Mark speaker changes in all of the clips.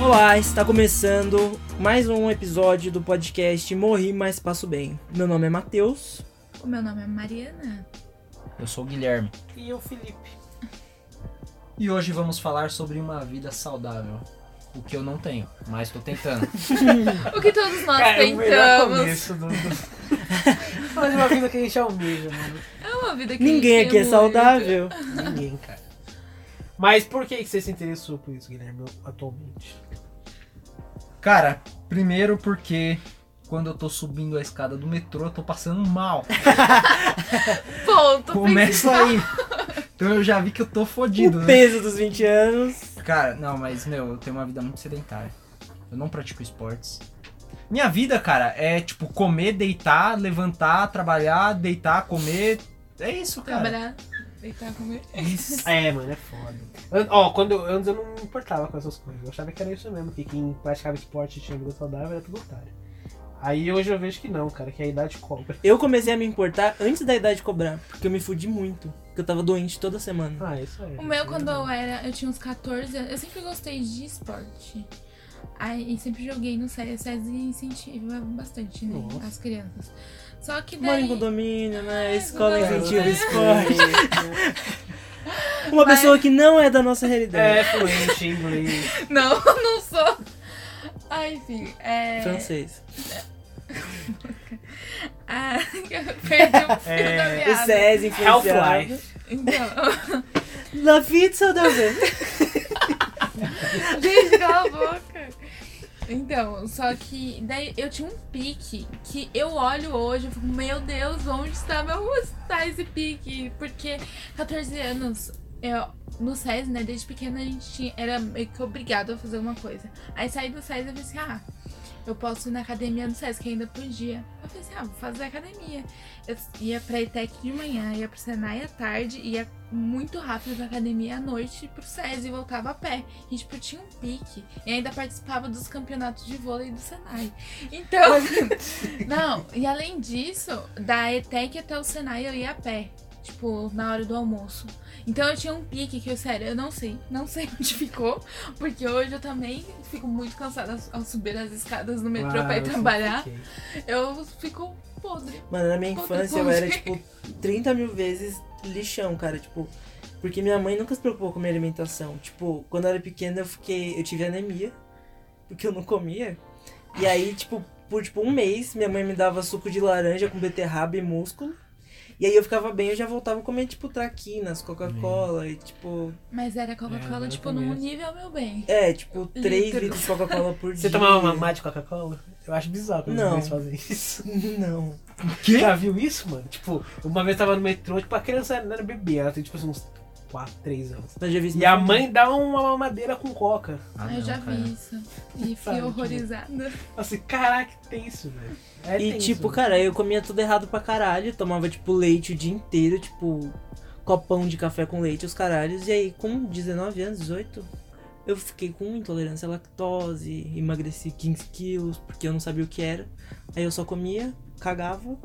Speaker 1: Olá, está começando mais um episódio do podcast Morri, mas passo bem. Meu nome é Matheus.
Speaker 2: O meu nome é Mariana.
Speaker 3: Eu sou o Guilherme.
Speaker 4: E eu, Felipe.
Speaker 3: E hoje vamos falar sobre uma vida saudável. O que eu não tenho, mas tô tentando.
Speaker 2: O que todos nós
Speaker 4: Cara, é o melhor
Speaker 2: tentamos.
Speaker 4: começo do. do... Mas é uma vida que a gente almeja, mano.
Speaker 2: É uma vida que
Speaker 1: Ninguém aqui é
Speaker 2: muito.
Speaker 1: saudável.
Speaker 4: Ninguém, cara. Mas por que que você se interessou por isso, Guilherme, atualmente?
Speaker 3: Cara, primeiro porque quando eu tô subindo a escada do metrô, eu tô passando mal.
Speaker 2: Ponto.
Speaker 3: Começa aí. Então eu já vi que eu tô fodido,
Speaker 1: O
Speaker 3: né?
Speaker 1: peso dos 20 anos.
Speaker 3: Cara, não, mas meu, eu tenho uma vida muito sedentária. Eu não pratico esportes. Minha vida, cara, é tipo comer, deitar, levantar, trabalhar, deitar, comer. É isso, cara.
Speaker 2: Trabalhar, deitar, comer.
Speaker 3: Isso.
Speaker 4: É, mano, é foda. An- Ó, quando eu, antes eu não me importava com essas coisas. Eu achava que era isso mesmo, que quem praticava esporte e tinha vida saudável era tudo otário. Aí hoje eu vejo que não, cara, que a idade cobra.
Speaker 1: Eu comecei a me importar antes da idade cobrar, porque eu me fudi muito. Porque eu tava doente toda semana.
Speaker 4: Ah, isso é.
Speaker 2: O meu, quando eu era, eu tinha uns 14 anos, eu sempre gostei de esporte. Aí sempre joguei no CES, CES incentiva bastante, né?
Speaker 4: Nossa.
Speaker 2: As crianças. Só que
Speaker 1: Mora em
Speaker 2: daí.
Speaker 1: condomínio, né?
Speaker 2: Ai,
Speaker 1: Escola
Speaker 2: não.
Speaker 1: incentiva
Speaker 4: né?
Speaker 2: É.
Speaker 1: esporte. Uma
Speaker 2: Mas-
Speaker 1: pessoa que não é da nossa realidade.
Speaker 4: É, fluente em inglês.
Speaker 2: Não, não sou. Ai, enfim. É...
Speaker 1: Francês.
Speaker 2: Ah, eu perdi o fio
Speaker 4: É,
Speaker 2: da
Speaker 1: O
Speaker 2: piada.
Speaker 1: SES influenciado.
Speaker 4: Half-Life.
Speaker 2: Então,
Speaker 1: La vida saudável.
Speaker 2: gente, cala a boca. Então, só que daí eu tinha um pique que eu olho hoje e fico, meu Deus, onde está, meu, onde está esse pique? Porque 14 anos, eu, no SES, né, desde pequena a gente tinha- era meio que obrigado a fazer uma coisa. Aí saí do SES e eu pensei, ah, eu posso ir na academia do SES, que ainda podia. Eu pensei, ah, vou fazer academia. Eu ia pra ETEC de manhã, ia pro Senai à tarde, ia muito rápido da academia à noite pro SES e voltava a pé. E, tipo, tinha um pique. E ainda participava dos campeonatos de vôlei do Senai. Então. não, e além disso, da ETEC até o Senai eu ia a pé. Tipo, na hora do almoço. Então eu tinha um pique que eu, sério, eu não sei, não sei onde ficou, porque hoje eu também fico muito cansada ao subir as escadas no metrô
Speaker 4: Ah,
Speaker 2: pra ir
Speaker 4: eu
Speaker 2: trabalhar.
Speaker 4: fiquei.
Speaker 2: Eu fico podre.
Speaker 1: Mano, na minha
Speaker 2: Quanto
Speaker 1: infância eu
Speaker 2: pode?
Speaker 1: era, tipo, 30 mil vezes lixão, cara. Tipo, porque minha mãe nunca se preocupou com minha alimentação. Tipo, quando eu era pequena eu fiquei. Eu tive anemia, porque eu não comia. E aí, tipo, por tipo um mês, minha mãe me dava suco de laranja com beterraba e músculo. E aí eu ficava bem, eu já voltava a comer, tipo, traquinas, Coca-Cola e, tipo...
Speaker 2: Mas era
Speaker 4: É,
Speaker 2: Coca-Cola,
Speaker 4: agora
Speaker 2: tipo, num
Speaker 4: começa.
Speaker 2: nível, meu bem.
Speaker 1: É, tipo, 3
Speaker 2: Litro.
Speaker 1: litros de Coca-Cola por dia.
Speaker 4: Você tomava uma mate Coca-Cola? Eu acho bizarro quando
Speaker 1: Não.
Speaker 4: eles fazem isso.
Speaker 1: Não.
Speaker 3: Quê?
Speaker 4: Já viu isso, mano? Tipo, uma vez tava no metrô, tipo, a criança não era bebê, ela tem tipo assim, uns 4, 3 anos.
Speaker 1: Eu já vi isso
Speaker 4: E
Speaker 1: na
Speaker 4: a
Speaker 1: minha
Speaker 4: mãe dá uma mamadeira com coca.
Speaker 3: Ah,
Speaker 2: eu
Speaker 3: não,
Speaker 2: já
Speaker 3: cara.
Speaker 2: vi isso. E
Speaker 4: Sabe,
Speaker 2: fui
Speaker 4: tipo-
Speaker 2: horrorizada.
Speaker 4: Assim, caraca, que tenso, velho. É
Speaker 1: E
Speaker 4: tenso,
Speaker 1: tipo,
Speaker 4: mano.
Speaker 1: cara, eu comia tudo errado pra caralho. Tomava, tipo, leite o dia inteiro, tipo, copão de café com leite, os caralhos. E aí, com 19 anos, 18, eu fiquei com intolerância à lactose, emagreci 15 quilos, porque eu não sabia o que era. Aí eu só comia, cagava.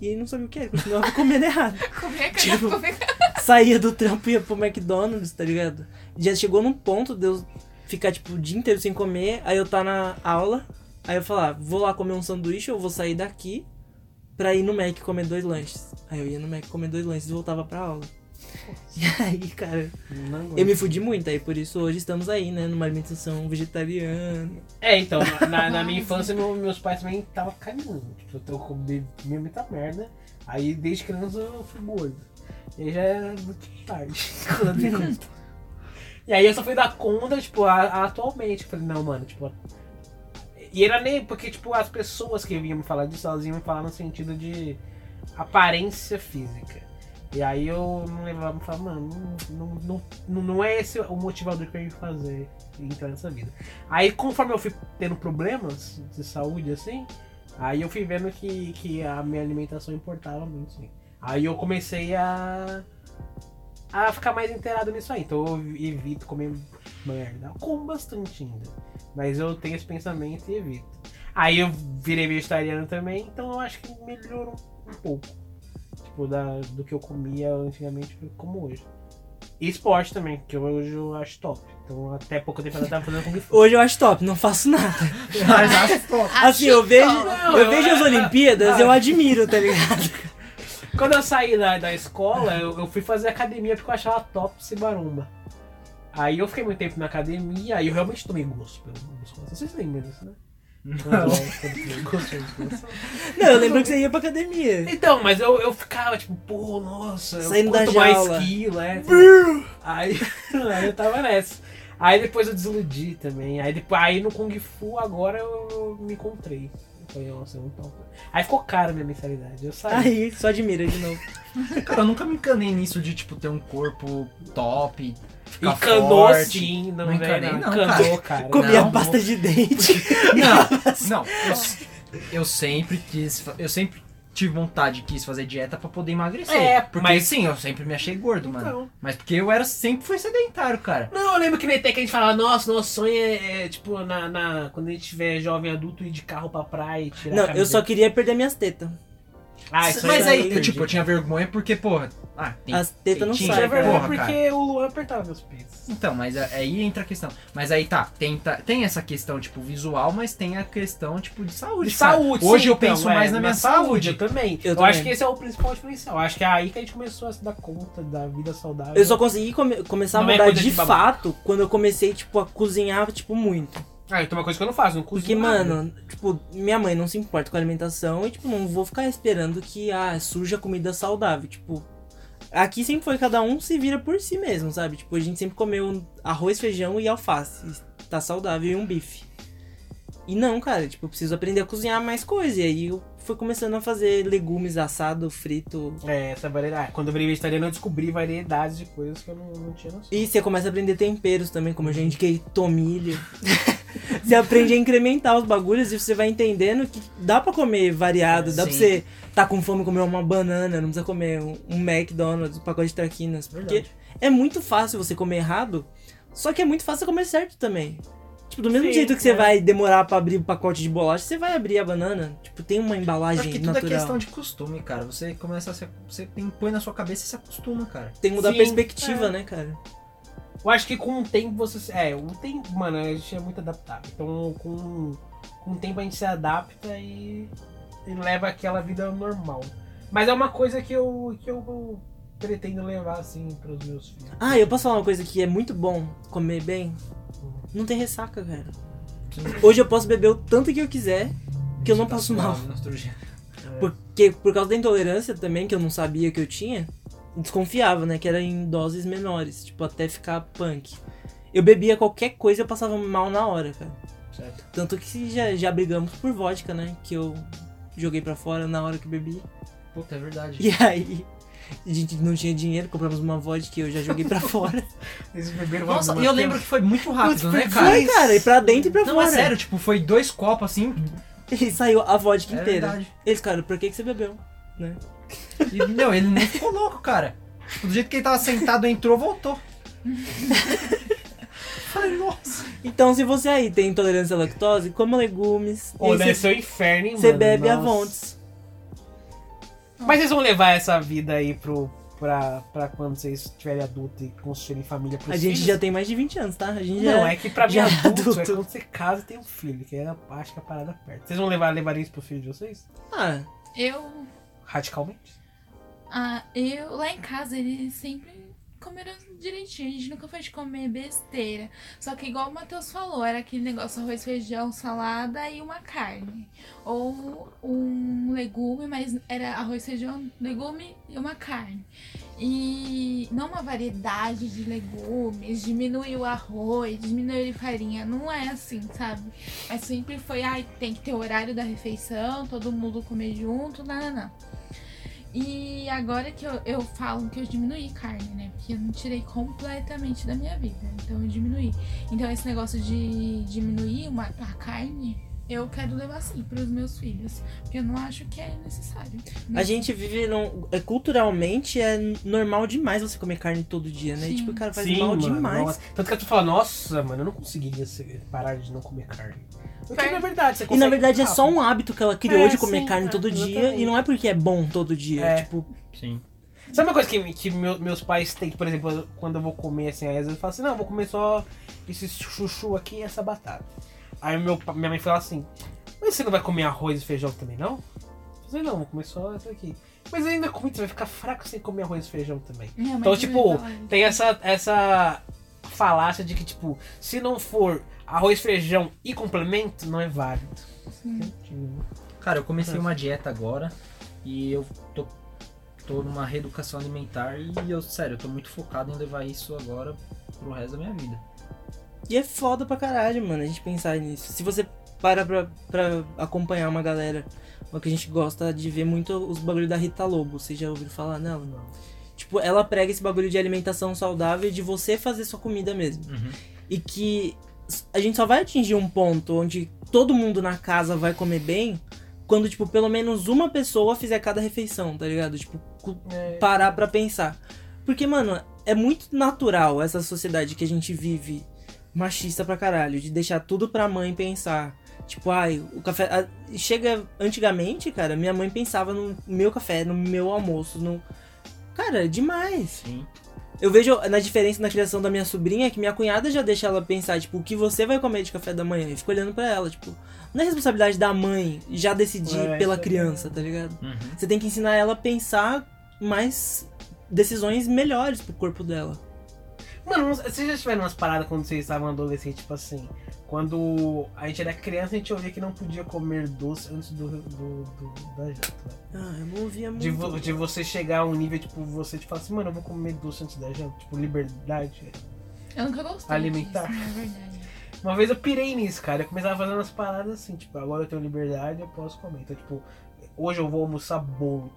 Speaker 1: E aí não sabia o que era, continuava comendo errado.
Speaker 2: Comer cara,
Speaker 1: Tipo-
Speaker 2: comer cara.
Speaker 1: Saía do trampo e ia pro McDonald's, tá ligado? Já chegou num ponto de eu ficar, tipo, o dia inteiro sem comer, aí eu tá na aula, aí eu falar, vou lá comer um sanduíche, eu vou sair daqui pra ir no Mac comer dois lanches. Aí eu ia no Mac comer dois lanches e voltava pra aula. E aí, cara,
Speaker 4: Não aguento.
Speaker 1: eu me fudi muito, aí por isso hoje estamos aí, né, numa alimentação vegetariana.
Speaker 4: É, então, na, na minha
Speaker 2: Mas-
Speaker 4: infância, meu- meus pais também estavam caminhando. Tipo, eu tô com minha muita merda. Aí desde criança eu fui gordo. E aí já era muito tarde, quando eu dei conta. E aí eu só fui dar conta, tipo, a- a- atualmente. Eu falei, não, mano, tipo. E era nem. Porque, tipo, as pessoas que vinham me falar disso, elas iam me falar no sentido de aparência física. E aí eu não levava e falava, mano, não, não, não, não é esse o motivador que eu ia fazer entrar nessa vida. Aí conforme eu fui tendo problemas de saúde, assim, aí eu fui vendo que, que a minha alimentação importava muito, sim. Aí eu comecei a. a ficar mais inteirado nisso aí. Então eu evito comer merda. Eu como bastante ainda. Mas eu tenho esse pensamento e evito. Aí eu virei vegetariano também, então eu acho que melhorou um pouco. Tipo, da, do que eu comia antigamente pro como hoje. E esporte também, que hoje eu acho top. Então até pouco tempo atrás eu tava fazendo Kung Fu.
Speaker 1: Hoje eu acho top, não faço nada.
Speaker 3: Mas acho top.
Speaker 1: Assim, eu vejo,
Speaker 4: Não,
Speaker 1: eu vejo as Olimpíadas, eu admiro, tá ligado?
Speaker 4: Quando eu saí da, da escola, eu, eu fui fazer academia porque eu achava top ser barumba. Aí eu fiquei muito tempo na academia, aí eu realmente tomei gosto pelo musculação. Vocês lembram disso, né? Não. gosto pela musculação.
Speaker 1: Não, eu lembro que você ia pra academia.
Speaker 4: Então, mas eu, eu ficava tipo, pô, nossa, eu
Speaker 1: Saindo
Speaker 4: quanto
Speaker 1: da
Speaker 4: mais
Speaker 1: jaula.
Speaker 4: quilo, é. Aí, aí eu tava nessa. Aí depois eu desiludi também. Aí, depois, aí no Kung Fu agora eu me encontrei. Eu falei, nossa, eu não topo. Aí ficou caro a minha mensalidade. Eu saí.
Speaker 1: Aí, só admira de novo.
Speaker 3: Cara, eu nunca me encanei nisso de, tipo, ter um corpo top, ficar
Speaker 4: Encanou
Speaker 3: forte.
Speaker 4: sim, não,
Speaker 3: Não
Speaker 4: velho.
Speaker 3: encanei, não,
Speaker 4: encanou, cara.
Speaker 1: Comer
Speaker 3: Não,
Speaker 1: a pasta de dente.
Speaker 3: Não, não. Eu, eu sempre quis. fa- Eu sempre tive vontade e quis fazer dieta pra poder emagrecer.
Speaker 4: É,
Speaker 3: porque
Speaker 4: mas-
Speaker 3: sim, eu sempre me achei gordo, mano.
Speaker 4: Então.
Speaker 3: Mas porque eu era sempre fui sedentário, cara.
Speaker 4: Não, eu lembro que na ETEC a gente falava, nossa, nosso sonho é, é, tipo, na, na- quando a gente tiver jovem adulto, ir de carro pra praia e tirar a
Speaker 1: Não, eu
Speaker 4: camisa."
Speaker 1: só queria perder minhas tetas.
Speaker 4: Ah, isso
Speaker 3: Mas aí,
Speaker 1: eu
Speaker 3: eu, tipo, eu tinha vergonha porque, porra. Ah, tem.
Speaker 1: As tetas não
Speaker 3: Sim,
Speaker 4: Isso é
Speaker 1: saem.
Speaker 4: vergonha
Speaker 1: cara.
Speaker 3: Porra,
Speaker 4: porque
Speaker 3: cara.
Speaker 4: o Luan apertava meus peitos.
Speaker 3: Então, mas a- aí entra a questão. Mas aí tá, tem, tá- tem essa questão, tipo, visual, mas tem a questão, tipo, de saúde.
Speaker 4: De
Speaker 3: cara.
Speaker 4: saúde,
Speaker 3: Hoje
Speaker 4: sim,
Speaker 3: eu
Speaker 4: então,
Speaker 3: penso
Speaker 4: é,
Speaker 3: mais na minha saúde.
Speaker 4: Eu também. Eu,
Speaker 1: Eu também.
Speaker 4: acho que esse é o principal diferencial. Eu Acho que é aí que a gente começou a se dar conta da vida saudável.
Speaker 1: Eu só consegui come- começar a
Speaker 4: Não é
Speaker 1: mudar
Speaker 4: coisa
Speaker 1: de
Speaker 4: de babaca.
Speaker 1: fato quando eu comecei, tipo, a cozinhar, tipo, muito.
Speaker 4: Ah, então é uma coisa que eu não faço, não
Speaker 1: Porque,
Speaker 4: cozinho nada.
Speaker 1: mano, tipo, minha mãe não se importa com a alimentação e, tipo, não vou ficar esperando que, ah, surja comida saudável. Tipo, aqui sempre foi cada um se vira por si mesmo, sabe? Tipo, a gente sempre comeu arroz, feijão e alface. Tá saudável e um bife. E não, cara, tipo, eu preciso aprender a cozinhar mais coisa. E aí eu fui começando a fazer legumes assado, frito.
Speaker 4: É, essa variedade. Quando eu virei vegetariano, eu descobri variedades de coisas que eu não, não tinha noção.
Speaker 1: E você começa a aprender temperos também, como eu já indiquei, é tomilho. você aprende a incrementar os bagulhos e você vai entendendo que dá pra comer variado, dá pra
Speaker 3: Sim.
Speaker 1: você tá com fome e comer uma banana, não precisa comer um, um McDonald's, um pacote de traquinas. Porque
Speaker 3: Verdade.
Speaker 1: é muito fácil você comer errado, só que é muito fácil você comer certo também. Tipo, do mesmo
Speaker 4: Sim,
Speaker 1: jeito que você
Speaker 4: é.
Speaker 1: vai demorar pra abrir o pacote de bolacha, você vai abrir a banana. Tipo, tem uma
Speaker 3: Acho
Speaker 1: embalagem
Speaker 3: que tudo
Speaker 1: natural.
Speaker 3: é questão de costume, cara. Você começa a se. Você tem- põe na sua cabeça e se acostuma, cara.
Speaker 1: Tem que mudar a
Speaker 4: Sim,
Speaker 3: É.
Speaker 1: perspectiva, né, cara?
Speaker 4: Eu acho que com o tempo você. se- É, o tempo, mano, a gente é muito adaptável. Então com, com o tempo a gente se adapta e, e leva aquela vida normal. Mas é uma coisa que eu, que eu pretendo levar, assim, pros meus filhos.
Speaker 1: Ah, eu posso falar uma coisa que é muito bom comer bem? Não tem ressaca, cara. Hoje eu posso beber o tanto que eu quiser, que eu não passo
Speaker 3: Então,
Speaker 1: mal. Porque por causa da intolerância também, que eu não sabia que eu tinha, desconfiava, né? Que era em doses menores, tipo, até ficar punk. Eu bebia qualquer coisa e eu passava mal na hora, cara.
Speaker 3: Certo.
Speaker 1: Tanto que já, já brigamos por vodka, né? Que eu joguei pra fora na hora que eu bebi.
Speaker 3: Puta, é verdade.
Speaker 1: E aí, a gente não tinha dinheiro, compramos uma vodka que eu já joguei pra fora.
Speaker 4: Eles beberam uma
Speaker 3: Nossa,
Speaker 4: água,
Speaker 3: e eu
Speaker 4: Matheus.
Speaker 3: lembro que foi muito rápido, né, cara?
Speaker 1: Foi, cara, e pra dentro e pra
Speaker 3: Não,
Speaker 1: fora.
Speaker 3: é sério, tipo, foi dois copos assim.
Speaker 1: E saiu a vodka
Speaker 3: É
Speaker 1: inteira.
Speaker 3: verdade.
Speaker 1: Eles, cara, por que, que você bebeu?
Speaker 3: E, meu, ele nem ficou louco, cara. Tipo, do jeito que ele tava sentado, entrou, voltou. Falei, nossa.
Speaker 1: Então, se você aí tem intolerância à lactose, coma legumes.
Speaker 4: Ô,
Speaker 1: e
Speaker 4: deve
Speaker 1: você,
Speaker 4: ser o é um inferno, hein,
Speaker 1: você
Speaker 4: mano?
Speaker 1: bebe
Speaker 4: Nossa.
Speaker 1: a vontes.
Speaker 4: Mas vocês vão levar essa vida aí pro, pra, pra quando vocês estiverem adultos e construírem família pros
Speaker 1: A gente
Speaker 4: filhos?
Speaker 1: já tem mais de 20 anos, tá? A gente
Speaker 4: Não,
Speaker 1: já...
Speaker 4: é que pra mim
Speaker 1: já é
Speaker 4: adulto, é
Speaker 1: adulto.
Speaker 4: quando você casa e tem um filho, que é a acho que a parada perto. Vocês vão levar, levar isso pro filho de vocês?
Speaker 1: Ah,
Speaker 2: Eu.
Speaker 4: Radicalmente?
Speaker 2: Ah, eu. Lá em casa eles sempre comeram direitinho. A gente nunca foi de comer besteira. Só que igual o Matheus falou, era aquele negócio arroz, feijão, salada e uma carne. Ou um legume, mas era arroz, feijão, legume e uma carne. E não uma variedade de legumes, diminuiu o arroz, diminuiu a farinha, não é assim, sabe? É sempre foi, ai, tem que ter o horário da refeição, todo mundo comer junto, não, não, não. E agora que eu, eu falo que eu diminuí carne, né? Porque eu não tirei completamente da minha vida. Então eu diminuí. Então esse negócio de diminuir uma, a carne, eu quero levar assim pros meus filhos. Porque eu não acho que é necessário.
Speaker 1: a gente vive num... é, Culturalmente é normal demais você comer carne todo dia, né?
Speaker 2: Sim.
Speaker 1: Tipo, cara, faz mal
Speaker 4: mano,
Speaker 1: demais.
Speaker 4: nossa. Tanto que a pessoa fala, nossa, mano, eu não conseguiria ser- parar de não comer carne. Porque
Speaker 2: Carne.
Speaker 4: na verdade, você
Speaker 1: E
Speaker 4: consegue
Speaker 1: na verdade é
Speaker 4: rápido.
Speaker 1: só um hábito que ela criou
Speaker 4: É,
Speaker 1: de comer
Speaker 4: sim,
Speaker 1: carne
Speaker 4: é,
Speaker 1: todo dia.
Speaker 4: exatamente.
Speaker 1: E não é porque é bom todo dia.
Speaker 4: É.
Speaker 1: Tipo,
Speaker 3: Sim.
Speaker 4: Sabe uma coisa que, que meu- meus pais têm, que, por exemplo, quando eu vou comer assim, aí às vezes eu falo assim, não, eu vou comer só esse chuchu aqui e essa batata. Aí meu, pa- minha mãe fala assim, mas você não vai comer arroz e feijão também, não? Eu falei, não, vou comer só essa aqui. Mas ainda comi, você vai ficar fraco sem comer arroz e feijão também.
Speaker 2: Minha mãe
Speaker 4: Então,
Speaker 2: também
Speaker 4: tipo,
Speaker 2: fala isso.
Speaker 4: Tem essa, essa falácia de que, tipo, se não for arroz, feijão e complemento, não é válido.
Speaker 3: Cara, eu comecei uma dieta agora e eu tô, tô numa reeducação alimentar e eu, sério, eu tô muito focado em levar isso agora pro resto da minha vida.
Speaker 1: E é foda pra caralho, mano, a gente pensar nisso. Se você para pra, pra acompanhar uma galera, uma que a gente gosta de ver muito os bagulhos da Rita Lobo, vocês já ouviram falar nela?
Speaker 3: Não.
Speaker 1: Tipo, ela prega esse bagulho de alimentação saudável e de você fazer sua comida mesmo. E que a gente só vai atingir um ponto onde todo mundo na casa vai comer bem quando, tipo, pelo menos uma pessoa fizer cada refeição, tá ligado? Tipo, cu-
Speaker 4: né?
Speaker 1: parar pra pensar. Porque, mano, é muito natural essa sociedade que a gente vive machista pra caralho, de deixar tudo pra mãe pensar. Tipo, ai, o café. a- chega. Antigamente, cara, minha mãe pensava no meu café, no meu almoço, no. Cara, é demais.
Speaker 3: Sim.
Speaker 1: Eu vejo na diferença na criação da minha sobrinha que minha cunhada já deixa ela pensar, tipo, o que você vai comer de café da manhã. E fico olhando pra ela, tipo, não é responsabilidade da mãe já decidir
Speaker 4: É,
Speaker 1: pela
Speaker 4: isso é
Speaker 1: criança, tá ligado?
Speaker 3: Uhum.
Speaker 1: Você tem que ensinar ela a pensar mais decisões melhores pro corpo dela.
Speaker 4: Mano, vocês já tiveram umas paradas quando vocês estavam adolescentes, tipo assim, quando a gente era criança, a gente ouvia que não podia comer doce antes do, do, do- da janta. né?
Speaker 1: Ah, eu não ouvia muito.
Speaker 4: De, vo- de você chegar a um nível, tipo, você te fala assim, mano, eu vou comer doce antes da janta, tipo, liberdade.
Speaker 2: Eu nunca gostei.
Speaker 4: Alimentar.
Speaker 2: Disso, na verdade.
Speaker 4: Uma vez eu pirei nisso, cara, eu começava fazendo umas paradas assim, tipo, agora eu tenho liberdade, eu posso comer. Então, tipo, hoje eu vou almoçar bolo.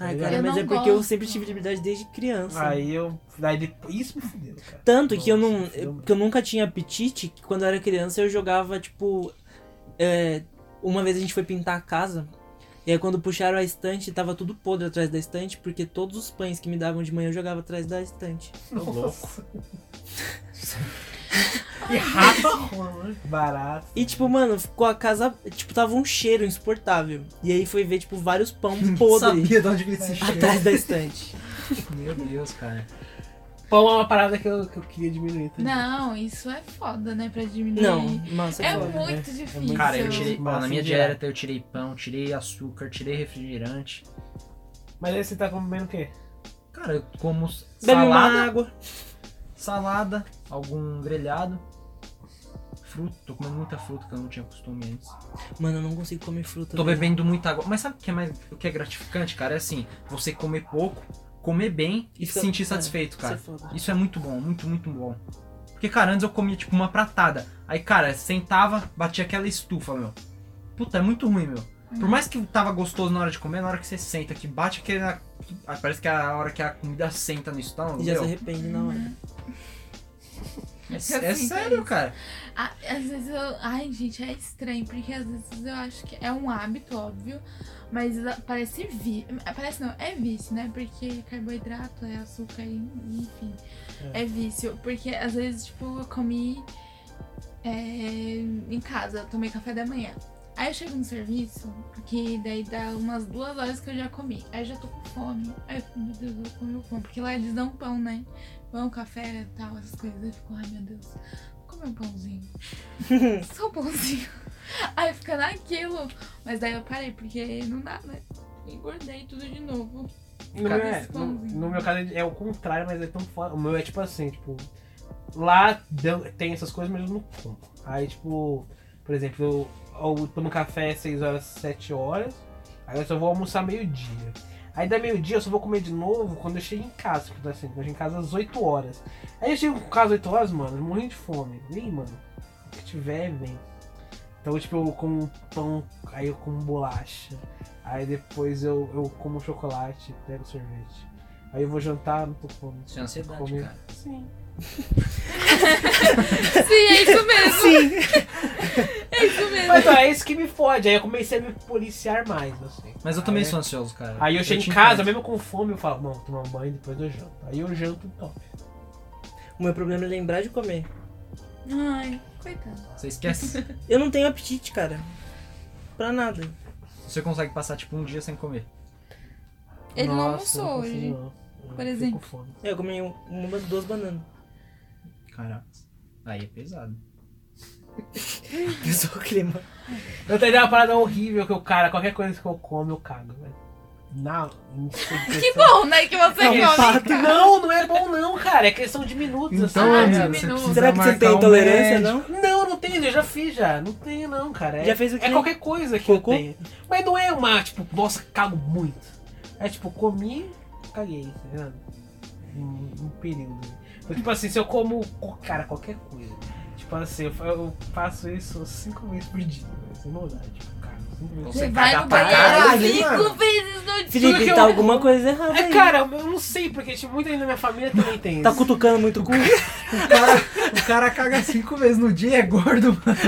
Speaker 1: Ai,
Speaker 4: Eu
Speaker 1: cara,
Speaker 2: não
Speaker 1: mas é porque eu
Speaker 2: gosto.
Speaker 1: sempre tive liberdade desde criança.
Speaker 4: Aí eu. Aí depois, isso me fudeu, cara.
Speaker 1: Tanto que eu
Speaker 4: Nossa,
Speaker 1: não.
Speaker 4: fudeu mesmo.
Speaker 1: que eu nunca tinha apetite, que quando eu era criança eu jogava, tipo. é, uma vez a gente foi pintar a casa. E aí quando puxaram a estante, tava tudo podre atrás da estante, porque todos os pães que me davam de manhã eu jogava atrás da estante.
Speaker 4: Nossa. e rato arruma, barato.
Speaker 1: E tipo, mano, ficou a casa. Tipo, tava um cheiro insuportável. E aí foi ver, tipo, vários pão podres
Speaker 3: Sabia de onde vinha esse cheiro.
Speaker 1: atrás da estante.
Speaker 3: Meu Deus, cara.
Speaker 4: Pão é uma parada que eu, que eu queria diminuir também.
Speaker 2: Não, isso é foda, né? Pra diminuir.
Speaker 1: Não, nossa,
Speaker 2: É
Speaker 1: é foda.
Speaker 2: muito
Speaker 4: né?
Speaker 2: difícil.
Speaker 3: Cara, eu
Speaker 1: é um
Speaker 4: Isso.
Speaker 3: tirei. ó,
Speaker 4: Massa
Speaker 3: na minha
Speaker 4: em geral.
Speaker 3: dieta eu tirei pão, tirei açúcar, tirei refrigerante.
Speaker 4: Mas aí você tá comendo o quê?
Speaker 3: Cara, eu como
Speaker 1: Bebe
Speaker 3: salada,
Speaker 1: uma água.
Speaker 3: salada, algum grelhado. Fruta, tô comendo muita fruta que eu não tinha costume antes.
Speaker 1: Mano, eu não consigo comer fruta.
Speaker 3: Tô
Speaker 1: velho.
Speaker 3: bebendo muita água. Mas sabe o que é mais o que é gratificante, cara? É assim, você comer pouco, comer bem e
Speaker 1: Isso
Speaker 3: se
Speaker 1: é-
Speaker 3: sentir
Speaker 1: é,
Speaker 3: satisfeito,
Speaker 1: Isso é
Speaker 3: cara.
Speaker 1: foda.
Speaker 3: Isso é muito bom, muito, muito bom. Porque, cara, antes eu comia tipo uma pratada. Aí, cara, sentava, batia aquela estufa, meu. Puta, é muito ruim, meu. Por mais que tava gostoso na hora de comer, na hora que você senta, que bate aquele. na- ah, Parece que é a hora que a comida senta no estômago,
Speaker 1: E já se
Speaker 3: meu.
Speaker 1: arrepende na hora.
Speaker 3: É,
Speaker 2: Já
Speaker 3: é
Speaker 2: sinto
Speaker 3: sério,
Speaker 2: isso.
Speaker 3: cara.
Speaker 2: Ah, Às vezes eu. Ai, gente, é estranho, porque às vezes eu acho que é um hábito, óbvio, mas a- parece vi. Parece não, é vício, né? Porque carboidrato é açúcar, e- enfim. É, vício. Porque às vezes, tipo, eu comi é, em casa, eu tomei café da manhã. Aí eu chego no serviço, que daí dá umas duas horas que eu já comi. Aí eu já tô com fome. Aí eu fico, meu Deus, eu vou comer o pão. Porque lá eles dão pão, né? Pão, café e tal, essas coisas. Eu fico, ai meu Deus, vou comer um pãozinho. Só um pãozinho. Aí fica naquilo. Mas daí eu parei, porque não dá, né? Engordei tudo de novo.
Speaker 4: No, meu, é, no, no meu caso é o contrário, mas é tão foda. O meu é tipo assim, tipo. Lá dão- tem essas coisas, mas eu não como. Aí, tipo, por exemplo, eu, eu tomo um café às 6 horas, 7 horas. Aí eu só vou almoçar meio-dia. Aí da meio-dia eu só vou comer de novo quando eu chego em casa. Porque tá assim, eu chego em casa às 8 horas. Aí eu chego em casa às 8 horas, mano, morrendo de fome. E aí, mano, o que tiver, vem. Então, tipo, eu como pão, aí eu como bolacha. Aí depois eu, eu como chocolate, pego sorvete. Aí eu vou jantar, não tô com fome.
Speaker 3: Isso é ansiedade,
Speaker 4: Comer.
Speaker 3: cara.
Speaker 4: Sim.
Speaker 2: Sim, é isso mesmo.
Speaker 1: Sim!
Speaker 2: É isso mesmo.
Speaker 4: Mas então, é isso que me fode. Aí eu comecei a me policiar mais, assim.
Speaker 3: Mas eu também
Speaker 4: aí,
Speaker 3: sou ansioso, cara.
Speaker 4: Aí eu chego
Speaker 3: te
Speaker 4: em casa,
Speaker 3: entendo.
Speaker 4: mesmo com fome, eu falo, não, vou tomar um banho, depois eu janto. Aí eu janto top.
Speaker 1: O meu problema é lembrar de comer.
Speaker 2: Ai, coitado.
Speaker 3: Você esquece.
Speaker 1: Eu não tenho apetite, cara. Pra nada.
Speaker 3: Você consegue passar tipo um dia sem comer.
Speaker 2: Ele não
Speaker 4: Nossa,
Speaker 2: almoçou
Speaker 4: consigo
Speaker 2: hoje.
Speaker 4: não. Eu
Speaker 2: por
Speaker 4: fico
Speaker 2: exemplo.
Speaker 4: com fome.
Speaker 1: É, eu comi um- uma, duas bananas.
Speaker 3: Caraca. Aí é pesado.
Speaker 1: Pesou o clima.
Speaker 4: Eu teria uma parada horrível que o cara, qualquer coisa que eu como, eu cago, velho. Não,
Speaker 2: Que bom, né? Que você
Speaker 1: É um
Speaker 2: come.
Speaker 1: fato.
Speaker 2: cara.
Speaker 4: Não, não é bom não, cara. É questão de minutos.
Speaker 3: Então,
Speaker 2: Ah,
Speaker 4: assim,
Speaker 3: amigo,
Speaker 4: cara.
Speaker 3: você
Speaker 2: diminuiu.
Speaker 3: precisa
Speaker 1: Será que você
Speaker 3: marcar
Speaker 1: tem
Speaker 3: um
Speaker 1: intolerância,
Speaker 3: médico.
Speaker 1: não?
Speaker 4: Não, não tenho, eu já fiz já. Não tenho, não, cara. É-
Speaker 1: é- Já fez o
Speaker 4: É
Speaker 1: quê?
Speaker 4: qualquer coisa que
Speaker 1: Cocô?
Speaker 4: eu tenho. Mas não é uma, tipo, nossa, cago muito. É tipo, comi, caguei, tá ligado? Um, um período. Então, tipo assim, se eu como, co- cara, qualquer coisa. Tipo assim, eu, fa- eu faço isso cinco vezes por dia. né? Sem maldade, tipo, cara. Cinco vezes
Speaker 2: Você
Speaker 3: Você
Speaker 2: vai
Speaker 3: caga
Speaker 2: no
Speaker 3: pra
Speaker 2: banheiro ah,
Speaker 3: caralho,
Speaker 4: né,
Speaker 2: cinco
Speaker 3: mano.
Speaker 2: vezes no dia.
Speaker 4: Tudo que
Speaker 1: Felipe,
Speaker 4: eu-
Speaker 1: tá alguma coisa errada
Speaker 4: É,
Speaker 1: aí.
Speaker 4: cara, eu não sei, porque tipo, muita gente da minha família também tem
Speaker 1: Tá
Speaker 4: isso.
Speaker 1: cutucando muito o cu?
Speaker 3: O cara, o cara caga cinco vezes no dia e é gordo, mano.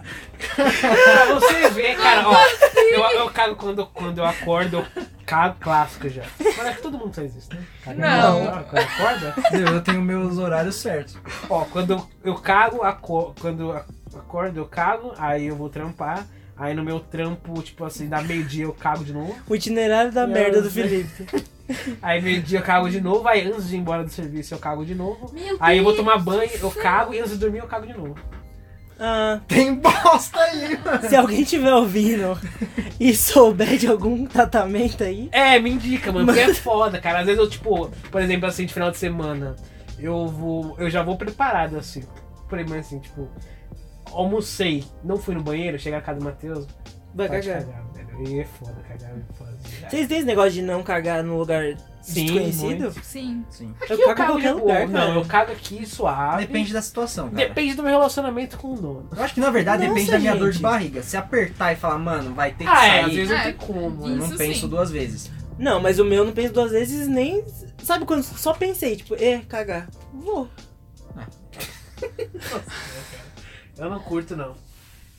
Speaker 4: Pra você ver, cara, ó. Eu, eu cago quando, quando eu acordo, eu cago clássico já. Mas é que todo mundo faz isso, né? Caga
Speaker 2: Não.
Speaker 4: na hora, Quando acorda?
Speaker 3: Meu, Eu tenho meus horários certos.
Speaker 4: Ó, quando eu cago, aco quando eu acordo, eu cago, aí eu vou trampar. Aí no meu trampo, tipo assim, dá meio-dia eu cago de novo.
Speaker 1: O itinerário da
Speaker 4: Eu
Speaker 1: merda do
Speaker 4: sei.
Speaker 1: Felipe.
Speaker 4: Aí meio-dia eu cago de novo. Aí antes de ir embora do serviço eu cago de novo.
Speaker 2: Meu
Speaker 4: Aí eu vou
Speaker 2: Deus.
Speaker 4: tomar banho, eu cago e antes de dormir eu cago de novo.
Speaker 1: Ah,
Speaker 3: Tem bosta aí, mano.
Speaker 1: se alguém tiver ouvindo e souber de algum tratamento aí,
Speaker 4: É, me indica, mano, porque é foda, cara. Às vezes eu, tipo, por exemplo, assim, de final de semana, eu vou. Eu já vou preparado, assim. Por exemplo, assim, tipo, almocei, não fui no banheiro, chegar na casa do Matheus.
Speaker 1: vai
Speaker 4: pode
Speaker 1: cagar.
Speaker 4: cagar, velho. E é foda, cagar é foda.
Speaker 1: Vocês têm esse negócio de não cagar num lugar
Speaker 4: Sim,
Speaker 1: desconhecido?
Speaker 4: muito.
Speaker 2: Sim.
Speaker 3: Sim. Ah,
Speaker 4: Aqui eu,
Speaker 1: cago em
Speaker 4: cago de
Speaker 1: qualquer
Speaker 4: boa.
Speaker 1: lugar,
Speaker 4: não,
Speaker 1: cara.
Speaker 4: eu cago aqui suave.
Speaker 3: Depende da situação, cara.
Speaker 4: Depende do meu relacionamento com o dono.
Speaker 3: Eu acho que na verdade
Speaker 1: Nossa,
Speaker 3: depende da minha dor de
Speaker 1: gente.
Speaker 3: barriga. Se apertar e falar, mano, vai ter que
Speaker 4: Ah, é, às
Speaker 3: sair,
Speaker 4: vezes não
Speaker 2: É,
Speaker 4: tem como.
Speaker 3: eu
Speaker 4: né?
Speaker 3: não
Speaker 2: isso
Speaker 3: penso
Speaker 2: sim.
Speaker 3: duas vezes.
Speaker 1: Não, mas o meu eu não penso duas vezes nem. Sabe quando só pensei, tipo, é, cagar. Vou.
Speaker 4: Eu não curto, não.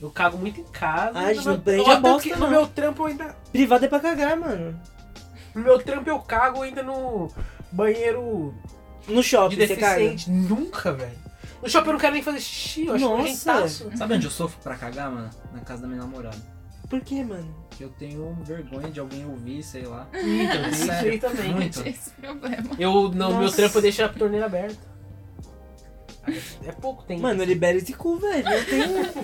Speaker 4: Eu cago muito em casa.
Speaker 1: Ai, gente, não
Speaker 4: no meu,
Speaker 1: prende a
Speaker 4: Ó, tanto
Speaker 1: bosta,
Speaker 4: que
Speaker 1: não.
Speaker 4: no meu trampo eu ainda
Speaker 1: Privado é pra cagar, mano.
Speaker 4: No meu trampo eu cago ainda no banheiro
Speaker 1: No
Speaker 4: de
Speaker 1: shopping, você né? caga.
Speaker 4: deficiente. Nunca, velho. No shopping eu não quero nem fazer xixi, eu acho
Speaker 1: Nossa.
Speaker 4: nojentaço.
Speaker 3: Sabe onde eu sofro pra cagar, mano? Na casa da minha namorada.
Speaker 1: Por quê, mano?
Speaker 3: Que eu tenho vergonha de alguém ouvir, sei lá.
Speaker 4: Então, tem isso
Speaker 3: Sério,
Speaker 4: aí também.
Speaker 3: muito.
Speaker 2: Esse é problema.
Speaker 4: Eu, no meu
Speaker 1: Nossa.
Speaker 4: trampo eu deixo a torneira aberta. É pouco tempo.
Speaker 1: Mano, libera esse cu, velho. Não tem.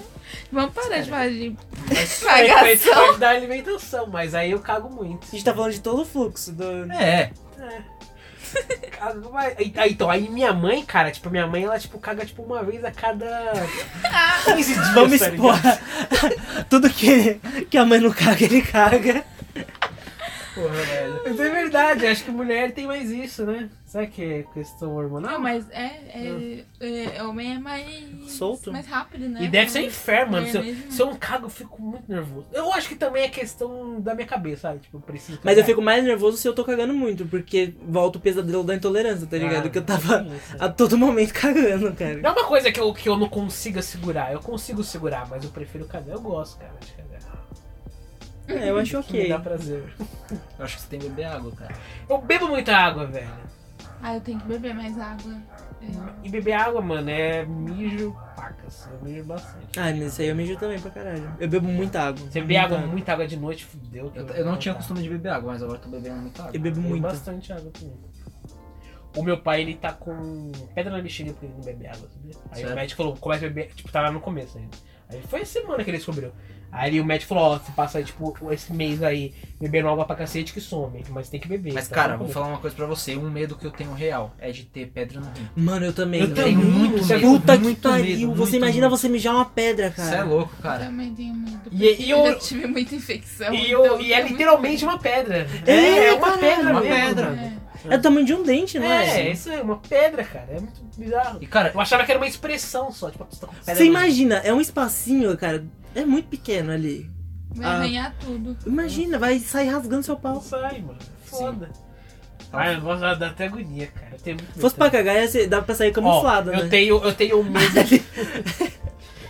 Speaker 2: Vamos parar de falar de
Speaker 3: Mas-
Speaker 4: Mas faz
Speaker 2: cagação.
Speaker 4: parte da alimentação, mas aí eu cago muito.
Speaker 1: A gente tá falando de todo o fluxo do.
Speaker 3: É,
Speaker 4: Cago, mas- aí- aí, Então, aí minha mãe, cara, tipo, minha mãe, ela, tipo, caga, tipo, uma vez a cada 15 dias,
Speaker 1: Vamos
Speaker 4: tá
Speaker 1: expor.
Speaker 4: ligado?
Speaker 1: Tudo que, que a mãe não caga, ele caga.
Speaker 3: porra, velho.
Speaker 4: Mas é verdade, acho que mulher tem mais isso, né? Será que é questão hormonal?
Speaker 2: Não, mas é, é, é, Homem é mais.
Speaker 1: Solto.
Speaker 2: Mais rápido, né?
Speaker 4: E deve ser um inferno, mano.
Speaker 2: É
Speaker 4: Se eu,
Speaker 2: mesmo.
Speaker 4: se eu não cago, eu fico muito nervoso. Eu acho que também é questão da minha cabeça, sabe? Tipo, eu preciso.
Speaker 1: Mas eu
Speaker 4: cagar.
Speaker 1: fico mais nervoso se eu tô cagando muito, porque volta o pesadelo da intolerância, tá ligado?
Speaker 4: Ah,
Speaker 1: que eu tava
Speaker 4: tem isso.
Speaker 1: a todo momento cagando, cara.
Speaker 4: Não é uma coisa que eu, que eu não consiga segurar. Eu consigo segurar, mas eu prefiro cagar. Eu gosto, cara, de cagar.
Speaker 1: É, eu acho
Speaker 4: Que me
Speaker 1: ok.
Speaker 4: dá prazer.
Speaker 3: Eu acho que você tem que beber água, cara.
Speaker 4: Eu bebo muita água, velho.
Speaker 2: Ah, eu tenho que beber mais água. É.
Speaker 4: E beber água, mano, é mijo pacas. Eu mijo bastante.
Speaker 1: Ai, mas isso aí eu mijo também pra caralho. Eu bebo muita água.
Speaker 4: Você beber água,
Speaker 1: muito.
Speaker 4: muita água de noite, fudeu. que
Speaker 3: Eu, eu não tinha
Speaker 4: tá.
Speaker 3: costume de beber água, mas agora eu tô bebendo muita água.
Speaker 1: Eu bebo
Speaker 4: Eu bebo
Speaker 1: muito.
Speaker 4: bastante água também. O meu pai, ele tá com pedra na bexiga porque ele não bebe água, sabia? Aí
Speaker 3: Sério?
Speaker 4: o médico falou, começa a beber, tipo, tava no começo ainda. Aí foi a semana que ele descobriu. Aí o médico falou, ó, você passa, tipo, esse mês aí bebendo água pra cacete que some, mas tem que beber.
Speaker 3: Mas,
Speaker 4: tá?
Speaker 3: cara, vou falar uma coisa pra você. Um medo que eu tenho real é de ter pedra no rim.
Speaker 1: Mano, eu também.
Speaker 4: Eu
Speaker 1: velho.
Speaker 4: também, você é
Speaker 1: Puta
Speaker 3: muito
Speaker 1: que pariu.
Speaker 3: medo,
Speaker 1: você
Speaker 3: muito
Speaker 1: imagina
Speaker 3: medo.
Speaker 1: você mijar uma pedra,
Speaker 3: Você é
Speaker 1: cara.
Speaker 3: louco,
Speaker 2: Eu
Speaker 3: cara.
Speaker 2: também tenho medo.
Speaker 4: E-
Speaker 2: porque
Speaker 4: e
Speaker 2: eu
Speaker 4: eu-
Speaker 2: já tive muita infecção.
Speaker 4: E,
Speaker 2: então
Speaker 4: eu, e é
Speaker 2: tenho muito
Speaker 4: literalmente
Speaker 2: medo.
Speaker 4: uma pedra.
Speaker 1: É,
Speaker 4: uma
Speaker 1: caralho,
Speaker 4: pedra
Speaker 3: uma
Speaker 4: mesmo,
Speaker 3: pedra.
Speaker 4: mano.
Speaker 1: É do tamanho de um dente, não
Speaker 4: É,
Speaker 1: é?
Speaker 4: isso é uma pedra, cara. É muito bizarro.
Speaker 3: E, cara,
Speaker 4: Eu achava que era uma expressão só, tipo, a pessoa tá com pedra.
Speaker 1: Você
Speaker 4: no-
Speaker 1: imagina, é um espacinho, cara. É muito pequeno ali.
Speaker 2: Vai
Speaker 1: Ah.
Speaker 2: arranhar tudo.
Speaker 1: Imagina, vai sair rasgando seu
Speaker 4: Não
Speaker 1: pau.
Speaker 4: sai, mano. Foda.
Speaker 3: Ah,
Speaker 4: Ai, eu gosto, dá até agonia, cara. Eu tenho muito
Speaker 1: Se fosse pra
Speaker 4: medo.
Speaker 1: cagar, ia ser- dá pra sair camuflado,
Speaker 4: Ó,
Speaker 1: né?
Speaker 4: Eu tenho, eu tenho medo. de-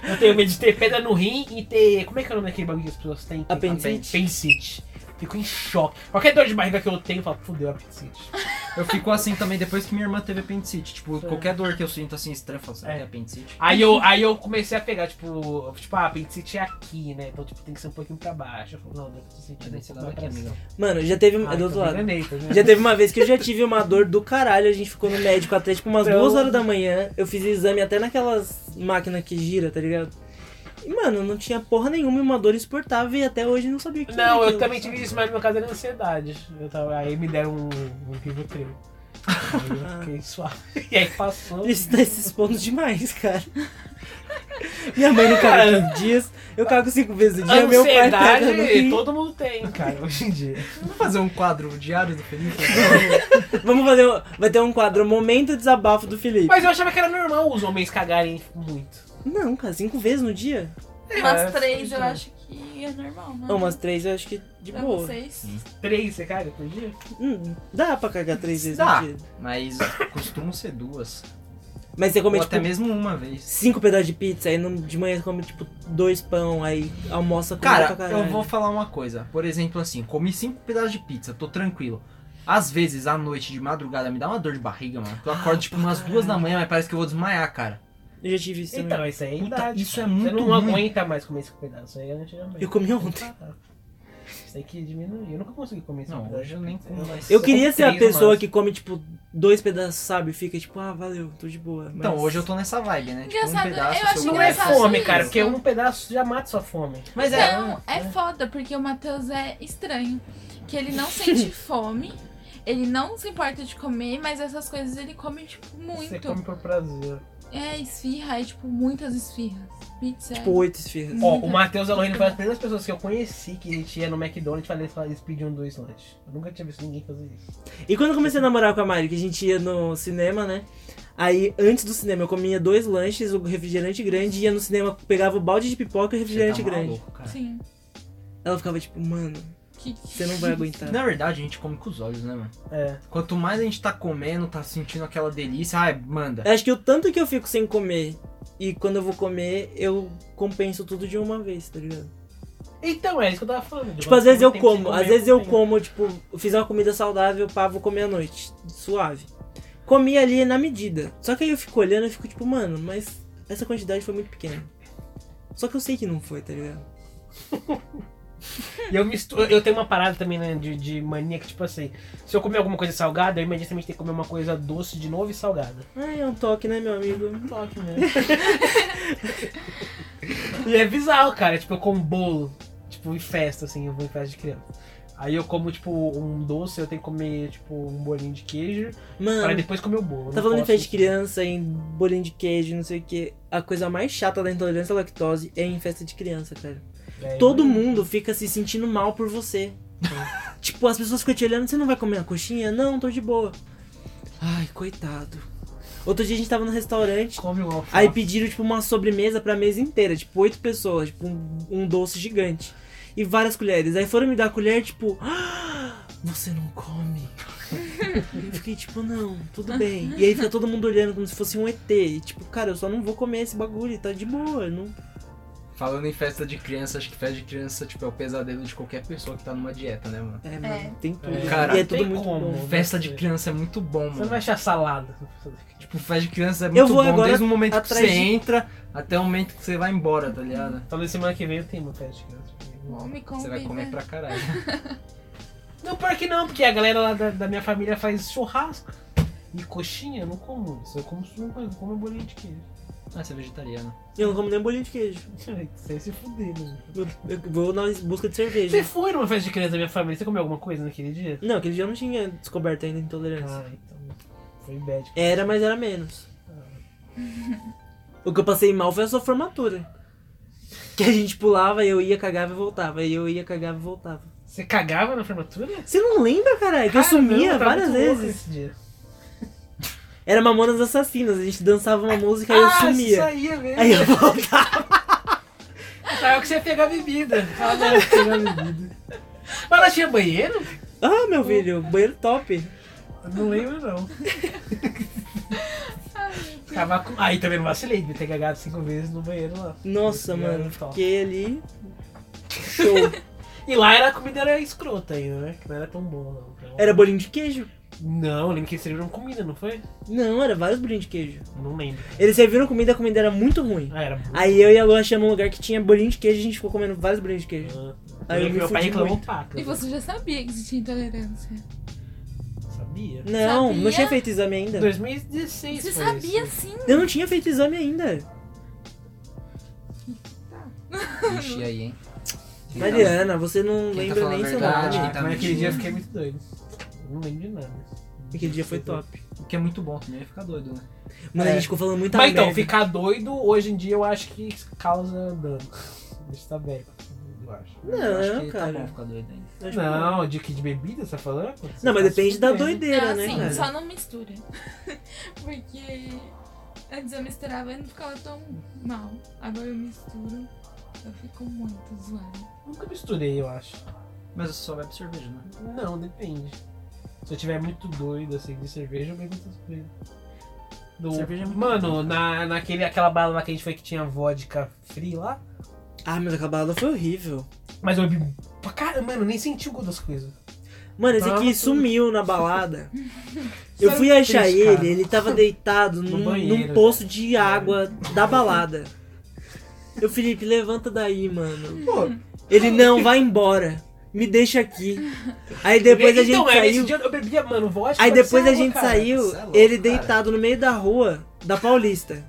Speaker 4: eu tenho medo de ter pedra no rim e ter. Como é que é o nome daquele bagulho que as pessoas têm?
Speaker 1: Apendicite.
Speaker 4: é Apendicite. Fico em choque. Qualquer dor de barriga que eu tenho, eu falo, fudeu, apendicite.
Speaker 3: Eu fico assim também depois que minha irmã teve apendicite. Tipo, qualquer dor que eu sinto assim estranha, eu falo, será
Speaker 4: É.
Speaker 3: que é apendicite?
Speaker 4: Aí eu, aí eu comecei a pegar, tipo, tipo, ah, apendicite é aqui, né? Então, tipo, tem que ser um pouquinho pra baixo. Eu falei, não, deve ter sentido
Speaker 3: Desse
Speaker 4: esse
Speaker 3: lado é aqui, amigo.
Speaker 1: Mano, já teve.
Speaker 4: Ah,
Speaker 1: é do outro
Speaker 4: então
Speaker 1: lado.
Speaker 4: enganei, tá vendo?
Speaker 1: Já teve uma vez que eu já tive uma dor do caralho, a gente ficou no médico até tipo umas
Speaker 4: Então-
Speaker 1: duas horas da manhã. Eu fiz exame até naquelas máquinas que gira, tá ligado? E, mano, não tinha porra nenhuma e uma dor insuportável e até hoje não sabia o que era
Speaker 4: Não, eu
Speaker 1: aquilo.
Speaker 4: também tive isso, mas no meu caso era ansiedade. Eu tava, aí me deram um, um pivotril. Aí eu fiquei suave. E aí passou.
Speaker 1: Isso tá se expondo demais, cara. Minha mãe não caga em dias, eu cago cinco vezes no dia, meu pai
Speaker 4: Ansiedade
Speaker 1: pega no rim.
Speaker 4: todo mundo tem, cara, hoje em dia.
Speaker 3: Vamos fazer um quadro diário do Felipe?
Speaker 1: Vamos fazer. um- Vai ter um quadro Momento Desabafo do Felipe.
Speaker 4: Mas eu achava que era normal os homens cagarem muito.
Speaker 1: Não, cara, cinco vezes no dia?
Speaker 2: Umas três eu acho que é normal, né?
Speaker 1: Não, umas três eu acho que de
Speaker 2: Pra
Speaker 1: boa.
Speaker 2: vocês.
Speaker 4: Três, você caga por dia?
Speaker 1: Hum, dá pra cagar três vezes
Speaker 3: Dá.
Speaker 1: no dia.
Speaker 3: Mas costumam ser duas.
Speaker 1: Mas você come,
Speaker 3: Ou
Speaker 1: tipo,
Speaker 3: até mesmo uma vez.
Speaker 1: cinco pedaços de pizza, aí no- de manhã você come, tipo, dois pão, aí almoça com
Speaker 3: Cara,
Speaker 1: pra caralho.
Speaker 3: eu vou falar uma coisa. Por exemplo, assim, comi cinco pedaços de pizza, tô tranquilo. Às vezes, à noite, de madrugada, me dá uma dor de barriga, mano. Eu
Speaker 1: Ah,
Speaker 3: acordo, tipo, umas duas da manhã, mas parece que eu vou desmaiar, cara.
Speaker 1: Eu já tive isso também.
Speaker 4: Então, isso aí
Speaker 3: Puta,
Speaker 4: dá.
Speaker 3: isso é
Speaker 4: Você
Speaker 3: muito
Speaker 4: não
Speaker 3: ruim.
Speaker 4: aguenta mais comer esse pedaço, aí né? antigamente.
Speaker 1: Eu comi ontem.
Speaker 4: Ah, tá. Isso aí que diminui. Eu nunca consegui comer esse
Speaker 3: Não,
Speaker 4: pedaço
Speaker 3: hoje
Speaker 4: de
Speaker 3: eu nem
Speaker 4: pizza.
Speaker 3: como mais.
Speaker 1: Eu queria ser a
Speaker 3: Três no
Speaker 1: pessoa
Speaker 3: máximo.
Speaker 1: que come, tipo, dois pedaços, sabe? Fica tipo, ah, valeu, tô de boa. Mas...
Speaker 3: Então, hoje eu tô nessa vibe, né? Tipo, um
Speaker 2: Engraçado,
Speaker 3: pedaço.
Speaker 2: eu
Speaker 3: se
Speaker 2: acho
Speaker 3: eu
Speaker 4: Não é
Speaker 2: engraçado
Speaker 4: fome,
Speaker 2: isso.
Speaker 4: cara,
Speaker 1: tá
Speaker 4: porque um pedaço já mata sua fome.
Speaker 3: Mas é.
Speaker 2: Não, é foda, porque o Matheus é estranho. Que ele não sente fome, ele não se importa de comer, mas essas coisas ele come, tipo,
Speaker 4: Você
Speaker 2: muito.
Speaker 4: come por prazer.
Speaker 2: É, esfirra, é, tipo, muitas esfirras. Pizza. é-
Speaker 1: Tipo, oito esfirras.
Speaker 4: Ó, o Matheus e a Lorena foram as primeiras pessoas que eu conheci que a gente ia no McDonald's e falei, eles pediam dois lanches. Eu nunca tinha visto ninguém fazer isso.
Speaker 1: E quando eu comecei a namorar com a Mari, que a gente ia no cinema, né? Aí, antes do cinema, eu comia dois lanches, o refrigerante grande, ia no cinema, pegava o balde de pipoca e o
Speaker 3: Você
Speaker 1: refrigerante
Speaker 3: tá
Speaker 1: grande.
Speaker 3: maluco, cara.
Speaker 2: Sim.
Speaker 1: Ela ficava tipo, mano,
Speaker 2: Que-
Speaker 1: você não vai aguentar.
Speaker 3: Na verdade, a gente come com os olhos, né, mano?
Speaker 4: É.
Speaker 3: Quanto mais a gente tá comendo, tá sentindo aquela delícia, ai, manda.
Speaker 1: Eu acho que o tanto que eu fico sem comer e quando eu vou comer, eu compenso tudo de uma vez, tá ligado?
Speaker 4: Então, é isso que eu tava falando.
Speaker 1: Tipo, às vezes eu como,
Speaker 4: Tem que
Speaker 1: às vezes eu
Speaker 4: tem.
Speaker 1: como, tipo, eu fiz uma comida saudável, pá, vou comer à noite, suave. Comi ali na medida. Só que aí eu fico olhando e fico tipo, mano, mas essa quantidade foi muito pequena. Só que eu sei que não foi, tá ligado?
Speaker 4: E eu misturo, eu tenho uma parada também, né, de, de mania que, tipo assim, se eu comer alguma coisa salgada, eu imediatamente tenho que comer uma coisa doce de novo e salgada.
Speaker 1: Ah, é um toque, né, meu amigo?
Speaker 4: Toque, né? e é bizarro, cara. Tipo, eu como bolo, tipo, em festa, assim, eu vou em festa de criança. Aí eu como, tipo, um doce, eu tenho que comer, tipo, um bolinho de queijo, pra
Speaker 1: Mano,
Speaker 4: depois comer o bolo. Eu
Speaker 1: tá
Speaker 4: não
Speaker 1: falando em
Speaker 4: posso-
Speaker 1: festa de criança, em bolinho de queijo, não sei o que. A coisa mais chata da intolerância à lactose é em festa de criança, cara.
Speaker 4: É,
Speaker 1: todo
Speaker 4: eu-
Speaker 1: mundo fica se sentindo mal por você. tipo, as pessoas ficam te olhando, você não vai comer a coxinha? Não, tô de boa. Ai, coitado. Outro dia a gente tava no restaurante,
Speaker 4: Come um alface.
Speaker 1: aí pediram, tipo, uma sobremesa pra mesa inteira, tipo, oito pessoas, tipo, um, um doce gigante. E várias colheres. Aí foram me dar a colher, tipo, "Ah, você não come. Eu fiquei tipo, não, tudo bem. E aí fica todo mundo olhando como se fosse um ET. E tipo, cara, eu só não vou comer esse bagulho, tá de boa. Não,
Speaker 3: Falando em festa de criança, acho que festa de criança, tipo, é o pesadelo de qualquer pessoa que tá numa dieta, né, mano?
Speaker 1: É, mano, tem tudo.
Speaker 4: É.
Speaker 3: Cara,
Speaker 1: e é tudo
Speaker 4: tem
Speaker 1: muito
Speaker 4: como.
Speaker 1: bom.
Speaker 3: Festa de criança é muito bom,
Speaker 4: Você não
Speaker 3: mano.
Speaker 4: vai achar salada.
Speaker 3: Tipo, festa de criança é muito
Speaker 1: vou
Speaker 3: bom
Speaker 1: agora
Speaker 3: desde o momento que
Speaker 1: atrás
Speaker 3: você
Speaker 1: de-
Speaker 3: entra até o momento que você vai embora, tá ligado?
Speaker 4: Talvez semana que vem eu tenha uma festa de criança.
Speaker 2: Hum. Me
Speaker 3: Você
Speaker 2: convida.
Speaker 3: vai comer pra caralho.
Speaker 4: Não, pior que não, porque a galera lá da, da minha família faz churrasco. E coxinha, eu não como isso. Eu como, eu como bolinho de queijo.
Speaker 3: Ah, você é vegetariano.
Speaker 1: Eu não como nem bolinho de queijo.
Speaker 4: Você se fuder, mano.
Speaker 1: Eu, eu vou na busca de
Speaker 4: Você
Speaker 1: cerveja.
Speaker 4: foi numa festa de criança da minha família? Você comeu alguma coisa naquele dia?
Speaker 1: Não, aquele dia eu não tinha descoberto ainda intolerância.
Speaker 4: Ah, então. Foi bad.
Speaker 1: Era, mas era menos.
Speaker 4: Ah.
Speaker 1: O que eu passei mal foi a sua formatura. Que a gente pulava, eu ia, cagava e voltava. E eu ia, cagava e voltava.
Speaker 4: Você cagava na formatura?
Speaker 1: Você não lembra, caralho? Que É eu
Speaker 4: Cara, Ah, não,
Speaker 1: sumia
Speaker 4: eu tava
Speaker 1: várias
Speaker 4: muito louco
Speaker 1: vezes.
Speaker 4: Esse dia.
Speaker 1: Era Mamonas Assassinas, a gente dançava uma música e eu
Speaker 4: ah, você
Speaker 1: sumia.
Speaker 4: saía mesmo.
Speaker 1: Aí eu voltava.
Speaker 4: Saiu que você ia pegar bebida. Ah, não, eu ia pegar bebida. Mas ela tinha banheiro?
Speaker 1: Ah, meu
Speaker 4: Hum.
Speaker 1: filho, banheiro top.
Speaker 4: Eu não lembro, não. Ficava com... Aí também não vacilei, devia ter cagado cinco vezes no banheiro lá.
Speaker 1: Nossa,
Speaker 4: Banheiro
Speaker 1: mano,
Speaker 4: top.
Speaker 1: fiquei ali. Show.
Speaker 4: E lá era, a comida era escrota ainda, né? Que não era tão boa, não.
Speaker 1: Era bolinho de queijo.
Speaker 4: Não, eu lembro que eles serviram comida, não foi?
Speaker 1: Não, era vários bolinhos de queijo.
Speaker 4: Eu Não lembro.
Speaker 1: Eles serviram comida, a comida era muito ruim.
Speaker 4: Ah, era muito.
Speaker 1: Aí eu e a Lu achamos um lugar que tinha bolinho de queijo e a gente ficou comendo vários bolinhos de queijo.
Speaker 4: Ah,
Speaker 1: Aí
Speaker 4: eu
Speaker 1: eu
Speaker 4: lembro que
Speaker 1: me
Speaker 4: meu pai
Speaker 1: fudi
Speaker 4: reclamou
Speaker 1: muito.
Speaker 4: pacas.
Speaker 2: E você já sabia que existia intolerância.
Speaker 4: Sabia?
Speaker 1: Não, não
Speaker 2: Sabia?
Speaker 1: tinha feito exame ainda.
Speaker 4: 2016
Speaker 2: Você
Speaker 4: foi
Speaker 2: sabia
Speaker 4: isso.
Speaker 2: sim.
Speaker 1: Eu não tinha feito exame ainda.
Speaker 5: Ixi, aí, hein? Quem
Speaker 3: Então,
Speaker 5: tá-
Speaker 1: Mariana, você
Speaker 5: Quem
Speaker 1: não
Speaker 5: tá
Speaker 1: lembra
Speaker 5: falando
Speaker 1: nem
Speaker 5: a
Speaker 1: seu
Speaker 5: verdade?
Speaker 1: nome.
Speaker 5: Quem tá
Speaker 4: Mas aquele dia eu
Speaker 5: mentindo?
Speaker 4: fiquei muito doido. Não lembro de nada.
Speaker 1: Aquele dia foi top.
Speaker 3: O que é muito bom também, fica doido, né?
Speaker 1: Mano,
Speaker 4: É.
Speaker 1: a gente ficou falando muita
Speaker 4: Mas então,
Speaker 1: merda.
Speaker 4: ficar doido hoje em dia eu acho que causa dano. Deixa tá velho.
Speaker 5: Eu acho.
Speaker 1: Não,
Speaker 5: Eu acho que
Speaker 1: cara.
Speaker 5: tá bom ficar
Speaker 3: é
Speaker 5: doido ainda.
Speaker 1: Eu acho que-
Speaker 4: Não, de que de bebida você tá falando?
Speaker 1: Não, mas depende da
Speaker 4: doida.
Speaker 1: doideira,
Speaker 2: Ah,
Speaker 1: né,
Speaker 2: sim,
Speaker 1: cara?
Speaker 2: só não mistura. Porque antes eu misturava e não ficava tão mal. Agora eu misturo, eu fico muito zoada.
Speaker 4: Nunca misturei, eu acho.
Speaker 3: Mas você só vai pra cerveja, né?
Speaker 4: Não, depende. Se eu tiver muito doido assim de cerveja, eu bebo outras coisas. Do...
Speaker 3: Cerveja é muito
Speaker 4: Mano, na, naquele, aquela bala lá que a gente foi que tinha vodka free lá.
Speaker 1: Ah, mas aquela balada foi horrível.
Speaker 4: Mas eu bebi pra caramba, mano, nem senti o gosto das coisas.
Speaker 1: Mano, esse
Speaker 4: Tava
Speaker 1: aqui
Speaker 4: tudo.
Speaker 1: sumiu na balada. Eu fui
Speaker 4: Sabe que
Speaker 1: achar
Speaker 4: triste,
Speaker 1: ele,
Speaker 4: cara?
Speaker 1: ele tava deitado
Speaker 4: No
Speaker 1: num,
Speaker 4: banheiro. né? É.
Speaker 1: num poço de água da balada. Eu, Felipe, levanta daí, mano.
Speaker 4: Pô,
Speaker 1: Ele não vai embora. Me deixa aqui. Aí depois a
Speaker 4: então,
Speaker 1: gente
Speaker 4: mas nesse
Speaker 1: saiu.
Speaker 4: dia eu bebia, mano, vodka.
Speaker 1: Aí
Speaker 4: parecia
Speaker 1: depois a
Speaker 4: água,
Speaker 1: gente
Speaker 4: cara.
Speaker 1: saiu,
Speaker 5: Você é louco,
Speaker 1: ele
Speaker 5: cara.
Speaker 1: deitado no meio da rua, da Paulista.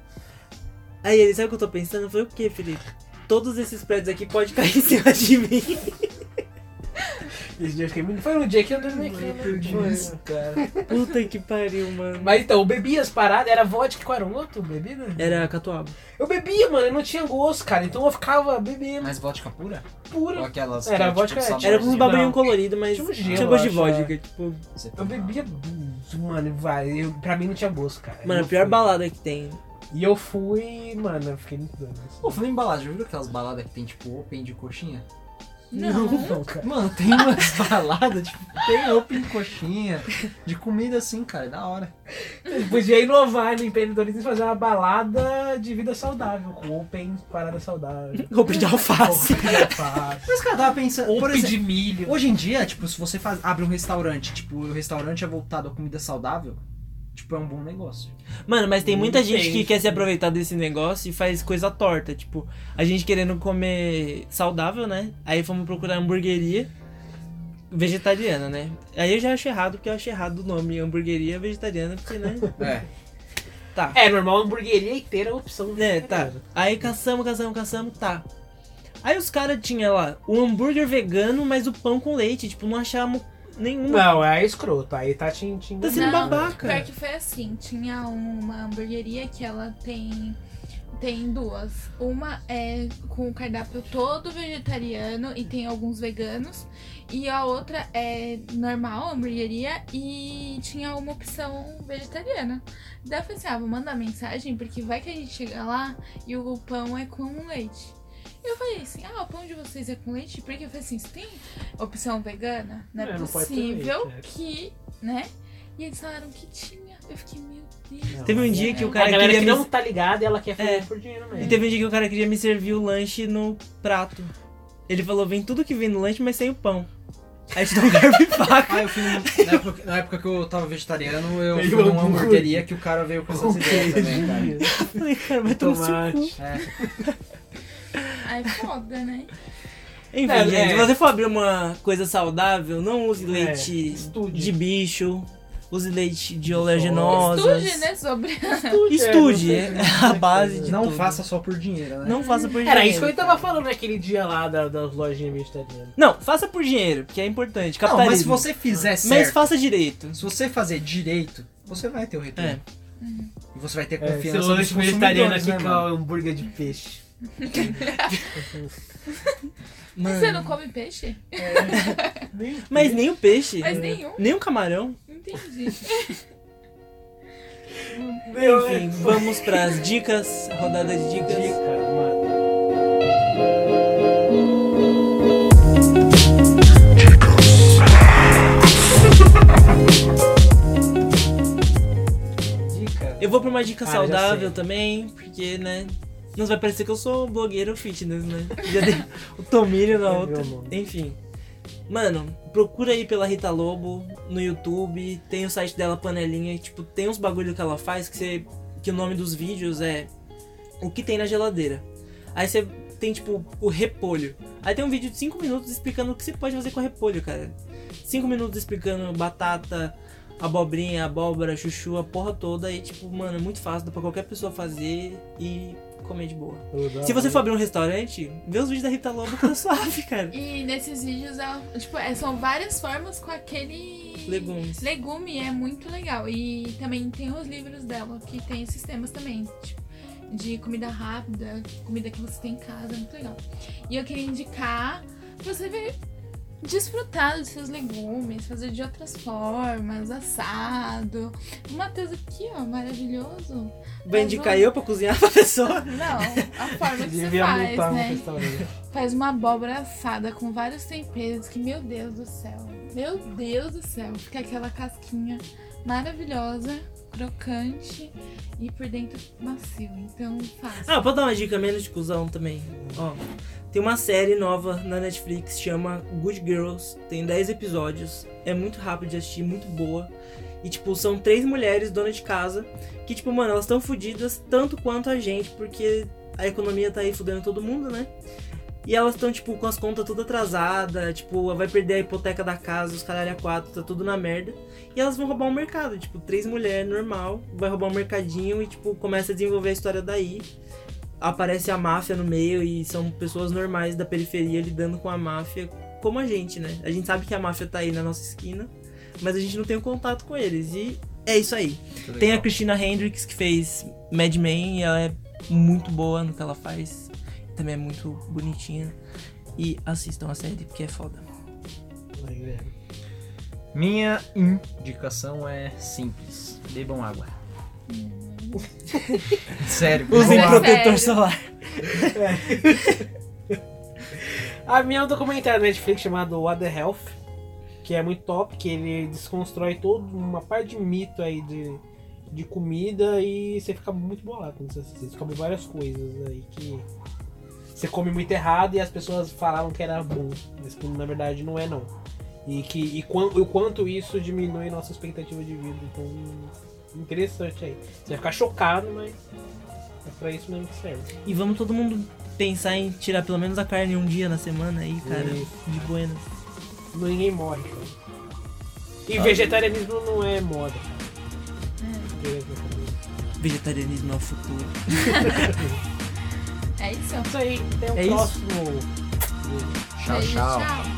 Speaker 1: Aí ele, sabe o que eu tô pensando? Eu falei, o que, Felipe? Todos esses prédios aqui podem cair em cima de mim.
Speaker 4: Esse dia eu fiquei muito. Foi um dia que eu dormi aqui. né?
Speaker 1: Deus, Puta que pariu, mano.
Speaker 4: Mas então, eu bebia as paradas, era vodka, qual era o outro bebida?
Speaker 1: Era catuaba.
Speaker 4: Eu bebia, mano, eu não tinha gosto, cara, então eu ficava bebendo
Speaker 5: Mas vodka pura? Ou
Speaker 4: pura.
Speaker 5: aquelas
Speaker 4: Era
Speaker 5: que,
Speaker 4: vodka,
Speaker 5: tipo,
Speaker 1: Era com uns
Speaker 4: Não.
Speaker 1: bagulho colorido, mas
Speaker 4: Tinha um gelo,
Speaker 1: tinha gosto de
Speaker 4: eu acho,
Speaker 1: vodka. Tipo,
Speaker 4: Eu bebia, mano, vai, eu, pra mim não tinha gosto, cara.
Speaker 1: mano,
Speaker 4: Eu
Speaker 1: a pior
Speaker 4: fui-
Speaker 1: balada que tem.
Speaker 4: E eu fui, mano, eu fiquei muito doido.
Speaker 5: Pô, falando em balada, já viram aquelas baladas que tem tipo open de coxinha?
Speaker 2: Não.
Speaker 4: Não, cara.
Speaker 3: Mano, tem umas baladas, tipo, tem open de coxinha, de comida assim, cara, é da hora.
Speaker 4: Eu Podia inovar no empreendedorismo e fazer uma balada de vida saudável, com open, parada saudável.
Speaker 1: Roupa de alface.
Speaker 4: Open de alface,
Speaker 3: Mas, cara, eu tava pensando, por
Speaker 4: Open
Speaker 3: exemplo,
Speaker 4: de milho.
Speaker 3: hoje em dia, tipo, se você faz, abre um restaurante, tipo, o restaurante é voltado a comida saudável, tipo, é um bom negócio.
Speaker 1: Mano, mas tem muita
Speaker 4: Não
Speaker 1: gente
Speaker 4: tem.
Speaker 1: que quer se aproveitar desse negócio e faz coisa torta. Tipo, a gente querendo comer saudável, né? Aí fomos procurar hamburgueria vegetariana, né? Aí eu já acho errado, porque eu acho errado o nome hamburgueria vegetariana, porque, né?
Speaker 5: É.
Speaker 1: Tá.
Speaker 4: É, normal, hamburgueria inteira é opção.
Speaker 1: Né, tá. Aí caçamos, caçamos, caçamos, tá. Aí os caras tinham lá o hambúrguer vegano, mas o pão com leite. Tipo, não achamos nenhuma
Speaker 4: Não, é escroto, aí tá te te
Speaker 1: Tá
Speaker 4: enganando.
Speaker 1: sendo babaca.
Speaker 2: Pior que foi assim, tinha uma hamburgueria que ela tem tem duas. Uma é com o cardápio todo vegetariano e tem alguns veganos. E a outra é normal, hamburgueria, e tinha uma opção vegetariana. Daí eu falei assim, ah, vou mandar mensagem, porque vai que a gente chega lá e o pão é com leite. E eu falei assim, ah, o pão de vocês é com leite? Porque eu falei assim, se tem opção vegana, não é,
Speaker 4: É, não pode ter
Speaker 2: possível
Speaker 4: leite, é.
Speaker 2: que, né? E eles falaram que tinha. Eu fiquei, meu Deus.
Speaker 4: Não.
Speaker 1: Teve um dia que o
Speaker 2: É.
Speaker 1: cara
Speaker 4: a galera
Speaker 1: queria
Speaker 4: que
Speaker 1: me-
Speaker 4: não tá ligada, ela quer fazer
Speaker 1: É.
Speaker 4: por dinheiro
Speaker 1: E
Speaker 4: mesmo.
Speaker 1: teve um dia que o cara queria me servir o lanche no prato. Ele falou, vem tudo que vem no lanche, mas sem o pão. Aí te dá um garfo e faca.
Speaker 3: Ah, eu fui num- na, época, na época que eu tava vegetariano, eu
Speaker 4: Veio
Speaker 3: fui numa
Speaker 4: hambúrguer.
Speaker 3: hamburgueria que o cara veio com essas ideias também, cara.
Speaker 1: Eu falei, cara, vai tomar seu cu.
Speaker 4: Tomate.
Speaker 3: É,
Speaker 2: Ai, foda, né?
Speaker 1: Enfim,
Speaker 4: É,
Speaker 1: gente,
Speaker 4: é.
Speaker 1: se você for abrir uma coisa saudável, não
Speaker 3: É,
Speaker 1: use leite
Speaker 4: estude.
Speaker 1: de bicho, use leite
Speaker 3: né?
Speaker 1: de oleaginosas.
Speaker 2: Estude, né? Sobre.
Speaker 1: Estude,
Speaker 4: É,
Speaker 1: é
Speaker 4: não
Speaker 1: a base de
Speaker 3: né? não
Speaker 1: tudo.
Speaker 3: faça só por dinheiro, né?
Speaker 1: Não faça por dinheiro.
Speaker 4: Era isso que eu tava falando naquele dia lá da, das lojinhas vegetarianas.
Speaker 1: Não, faça por dinheiro, porque é importante.
Speaker 3: Não,
Speaker 1: Capitalismo.
Speaker 3: mas se você fizer
Speaker 1: Mas
Speaker 3: certo,
Speaker 1: faça direito.
Speaker 3: se você fazer direito, você vai ter o retorno.
Speaker 1: É.
Speaker 3: E você vai ter
Speaker 4: É,
Speaker 3: confiança
Speaker 4: esse
Speaker 3: nos
Speaker 4: lanche
Speaker 3: consumidores,
Speaker 4: vegetariano
Speaker 3: né,
Speaker 4: aqui com
Speaker 3: mano?
Speaker 4: hambúrguer de peixe.
Speaker 1: Mano.
Speaker 2: Você não come peixe?
Speaker 3: Uhum.
Speaker 1: Mas nem o peixe.
Speaker 2: Mas nenhum.
Speaker 1: Nem o camarão.
Speaker 2: Entendi.
Speaker 1: Enfim, vamos pras dicas, rodada de dicas.
Speaker 4: né? Dica, mano. Dica.
Speaker 1: Eu vou pra uma dica
Speaker 4: Ah, já
Speaker 1: saudável
Speaker 4: sei.
Speaker 1: também, porque, né? Não vai parecer que eu sou blogueiro fitness, né? Já dei o tomilho na
Speaker 4: É
Speaker 1: outra.
Speaker 4: meu nome.
Speaker 1: Enfim. Mano, procura aí pela Rita Lobo no YouTube, tem o site dela Panelinha, e, tipo, tem uns bagulho que ela faz que você que o nome dos vídeos é o que tem na geladeira. Aí você tem tipo o repolho. Aí tem um vídeo de 5 minutos explicando o que você pode fazer com repolho, cara. 5 minutos explicando batata, abobrinha, abóbora, chuchu, a porra toda e tipo, mano, é muito fácil, dá pra qualquer pessoa fazer e comer de boa. Se você for abrir um restaurante, vê os vídeos da Rita Lobo que tá suave, cara.
Speaker 2: E nesses vídeos, ela, tipo, é, são várias formas com aquele
Speaker 1: Legumes.
Speaker 2: legume, é muito legal. E também tem os livros dela, que tem esses temas também, tipo, de comida rápida, comida que você tem em casa, é muito legal. E eu queria indicar pra você ver, desfrutar dos seus legumes, fazer de outras formas, assado. O Matheus aqui, ó, maravilhoso.
Speaker 1: Vai indicar eu pra cozinhar pra pessoa?
Speaker 2: Não, a forma que você
Speaker 4: Devia
Speaker 2: faz,
Speaker 4: multar no
Speaker 2: né?
Speaker 4: restaurante.
Speaker 2: Faz uma abóbora assada com vários temperos que, meu Deus do céu, meu Deus do céu, fica aquela casquinha maravilhosa, crocante e por dentro macio. Então, faça.
Speaker 1: Ah, eu posso dar uma dica menos de cuzão também. Ó, tem uma série nova na Netflix, chama Good Girls, tem 10 episódios, é muito rápido de assistir, muito boa. E, tipo, são três mulheres donas de casa que, tipo, mano, elas estão fodidas tanto quanto a gente, porque a economia tá aí fudendo todo mundo, né? E elas estão, tipo, com as contas tudo atrasada, tipo, vai perder a hipoteca da casa, os caralho a quatro, tá tudo na merda. E elas vão roubar um mercado, tipo, três mulheres, normal, vai roubar um mercadinho e, tipo, começa a desenvolver a história daí aparece a máfia no meio e são pessoas normais da periferia lidando com a máfia como a gente, né? A gente sabe que a máfia tá aí na nossa esquina, mas a gente não tem um contato com eles. E é isso aí.
Speaker 5: Muito
Speaker 1: Tem a
Speaker 5: legal.
Speaker 1: Christina Hendricks que fez Mad Men e ela é muito boa no que ela faz. Também é muito bonitinha. E assistam a série porque é foda.
Speaker 4: Vai, Guilherme.
Speaker 3: Minha indicação é simples. Bebam água. Hum. Sério,
Speaker 2: Mas é
Speaker 3: bebam
Speaker 1: Usem
Speaker 3: água.
Speaker 1: protetor
Speaker 2: sério.
Speaker 1: solar.
Speaker 4: A minha é um documentário da Netflix chamado What the Health, que é muito top, que ele desconstrói toda uma parte de mito aí de, de comida e você fica muito bolado quando você assiste. Você come várias coisas aí que você come muito errado e as pessoas falavam que era bom, mas que na verdade não é não. E, que, e, quan- o quanto isso diminui nossa expectativa de vida. Então, interessante aí. Você vai ficar chocado, mas é pra isso mesmo que serve.
Speaker 1: E vamos todo mundo pensar em tirar pelo menos a carne um dia na semana aí, cara. De buenas.
Speaker 4: Ninguém morre, cara. E vegetarianismo não é moda. É
Speaker 1: Vegetarianismo é o futuro.
Speaker 2: É isso.
Speaker 4: isso aí, um até o
Speaker 1: É isso?
Speaker 4: próximo.
Speaker 5: Tchau,
Speaker 2: Beijo,
Speaker 5: tchau.
Speaker 2: tchau.